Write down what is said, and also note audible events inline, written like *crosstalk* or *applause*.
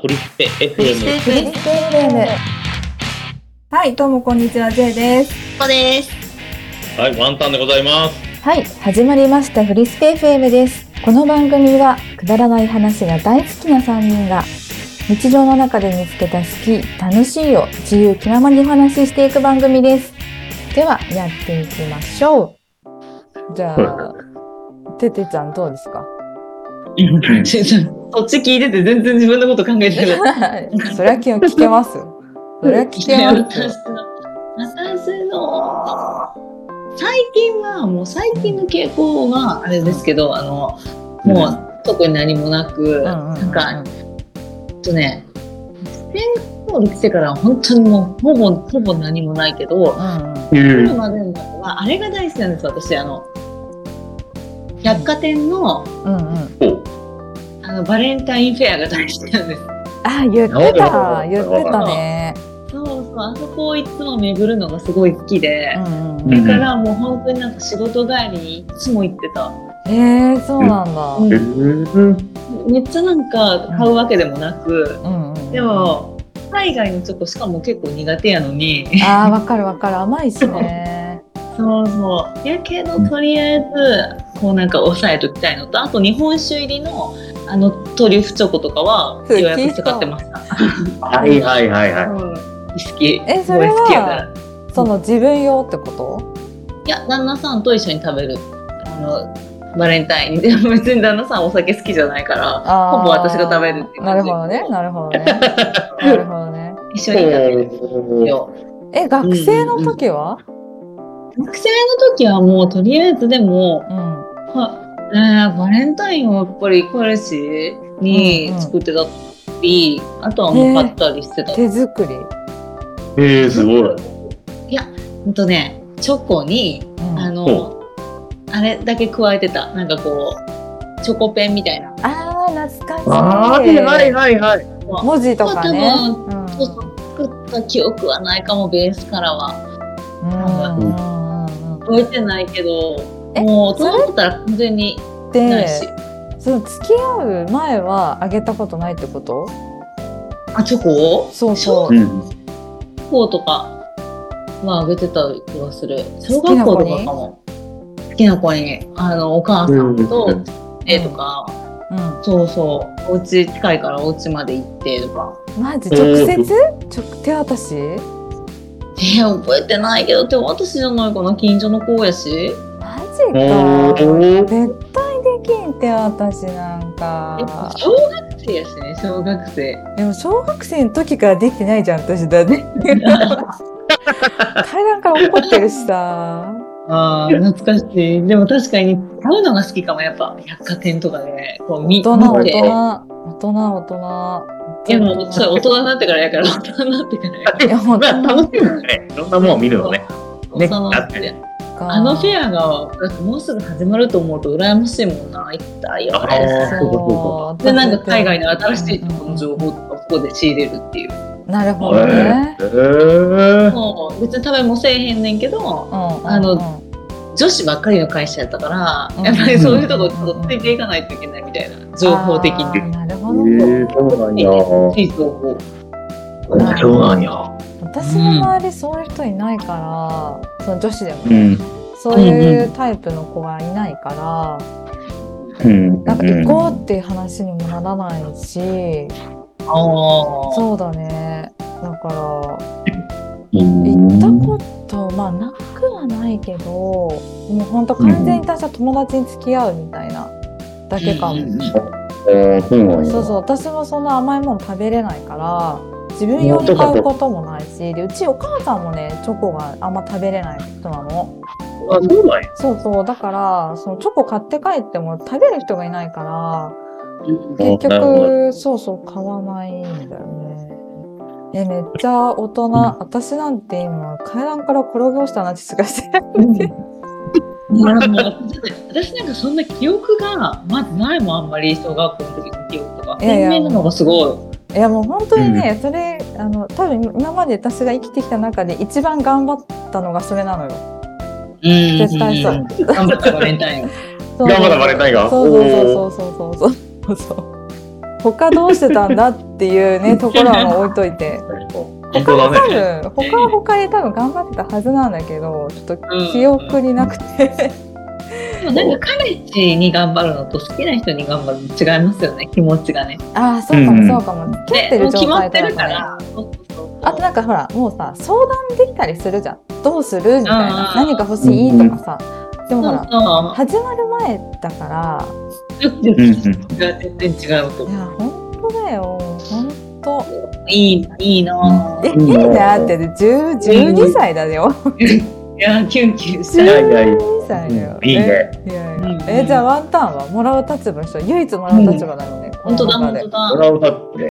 ホリスペフリスペ FM。フリスペ FM はい、どうもこんにちは、J です。ここです。はい、ワンタンでございます。はい始まりましたフリスペ FM ですこの番組はくだらない話が大好きな3人が日常の中で見つけた好き楽しいを自由気ままにお話ししていく番組ですではやっていきましょうじゃあててちゃんどうです *laughs* かちょっとそっち聞いてて全然自分のこと考えてなかっそりゃ聞聞けますそりゃた。 *laughs* 聞けま私すの私の最近はもう最近の傾向はあれですけどあのもう特に何もなく、うんうんうんうなんんかえっとねスペインゴール来てから本当にもうほぼほぼ何もないけどうんうんう来るん。までのはあれが大好きなんです私あの百貨店のうんうんあのバレンタインフェアが大好きなんです。あ、言ってた、言ってたね。そうそう、あそこをいつも巡るのがすごい好きで、うんうんうだからもう本当になんか仕事帰りにいつも行ってた。ん。へえ、そうなんだ。ううんん。めっちゃなんか買うわけでもなく、うんうん。で。も海外のチョコしかも結構苦手やのに、ああ、わかるわかる、甘いしね。そうそう。やけどとりあえずこうなんか抑えときたいのと、あと日本酒入りのあのトリュフチョコとかは予約して買ってました。はいはいはいはうん好き。えすごい好きやから。その自分用ってこと。いや、旦那さんと一緒に食べる。あの、バレンタイン *laughs* に。でも別に旦那さんお酒好きじゃないから、あーほぼ私が食べるって感じなるほどね、なるほ *laughs* どね。なるほどね。一緒に食べるんですい。よ。え、学生の時は。学生の時はもうとりあえずでも、うん。はえーバレンタインはやっぱり彼氏に作ってたり、あとはもう買ったりしてた。手作り。えー、すごい。ほんとね、チョコに、うんああの、あれだけ加えてた。なんかこう、チョコペンみたいな。あ、懐かしい。はいはいはいはい。文字とかね。多うんうんそうそう作った記憶はないかも、ベースからは。うんうんうん。覚えてないけどえもう大人だったら完全にないしで、その付き合う前は、あげたことないってこと。あチョコをそうそうう。ん。チョコとかはあげてた気がする小学校とかかも好きな子にあのお母さんうとん絵とか、うん。そうそうお家近いからお家まで行ってとかマジえ直ー接、直手渡しえー覚えてないけど手渡しじゃないかな近所の子やしマおージか絶対できん手渡しなんやっぱか小学生やしね小学 *laughs* 生でも小学生の時からできてないじゃん私だね *laughs* 階段から怒ってるしさああ、懐かしい。でも確かに買うのが好きかも、やっぱ百貨店とかで、こう見大人見大て。人大人大人でも、それ大人になってからやから、大人になってからやかいやま本当あ、楽しいよね。いろんなもん見るのね。ら。ね大人になっ。だってかあのフェアが、だってもうすぐ始まると思うと羨ましいもんな。行きたいよあね。そうそうそそうで、なんか海外の新しいとこの情報とか、ここで仕入れるっていう。なるほえどね、ー。もう、別に食べもせえへんねんけど、うんうんうんあの女子ばっかりの会社やったから、やっぱりそういうとこ、ちょっとついていかないといけないみたいな、情報的あに。ーなるほどねえー、そうなんや。いい情報。そうなんや。私の周りそういう人いないから、その女子でも、うん。そういうタイプの子がいないから、うん。なんか行こうっていう話にもならないし、ああ。そうだねだからうん。行ったことまあなくはないけどもうほんと完全に私は友達に付き合うみたいなだけかも、うんうんうんあーそうなんや。そうそう私もそんな甘いもの食べれないから自分用に買うこともないしでうちお母さんもねチョコがあんま食べれない人なの。あ、そうなんや。そうそうだからそのチョコ買って帰っても食べる人がいないから結なるほど局そうそう買わないんだよねえめっちゃ大人私なんて今階段から転げ落ちたなってしかしてない俺も私なんかそんな記憶がまずないもんあんまり小学校の時の記憶とかいやいや鮮明なのがすごいやもう本当にね、それあの多分今まで私が生きてきた中で一番頑張ったのがそれなのよいうん絶対そう頑 *laughs* 張ったバレンタインそう頑張ったバレンタインがそうそうそうそうそうそうそうそう他どうしてたんだっていうねところはもう置いとい *laughs* て本当だ多ね。分他は他で多分頑張ってたはずなんだけどちょっとうん記憶になくてでもなんか彼氏に頑張るのと好きな人に頑張るの違いますよね気持ちがね。ああそうかうんもそうかも蹴ってでもるう決状まっ態てだるかから。ら。そうそうそうあとなんかほらもうさ相談できたりするじゃんどうするみたいなうん何か欲しいとかさでもほらそう始まる前だからそうドキドうんうん。キが全然違うのといや本当だよ本当いいいいなえぁいいなって10 12歳だよいやキュンキュンしいたやいいやいや。 12歳だようんいいねえいやいうんやえじゃあワンタンはもらう立場の人唯一もらう立場なのね、こ本の当だ中本で当もだらうタップで。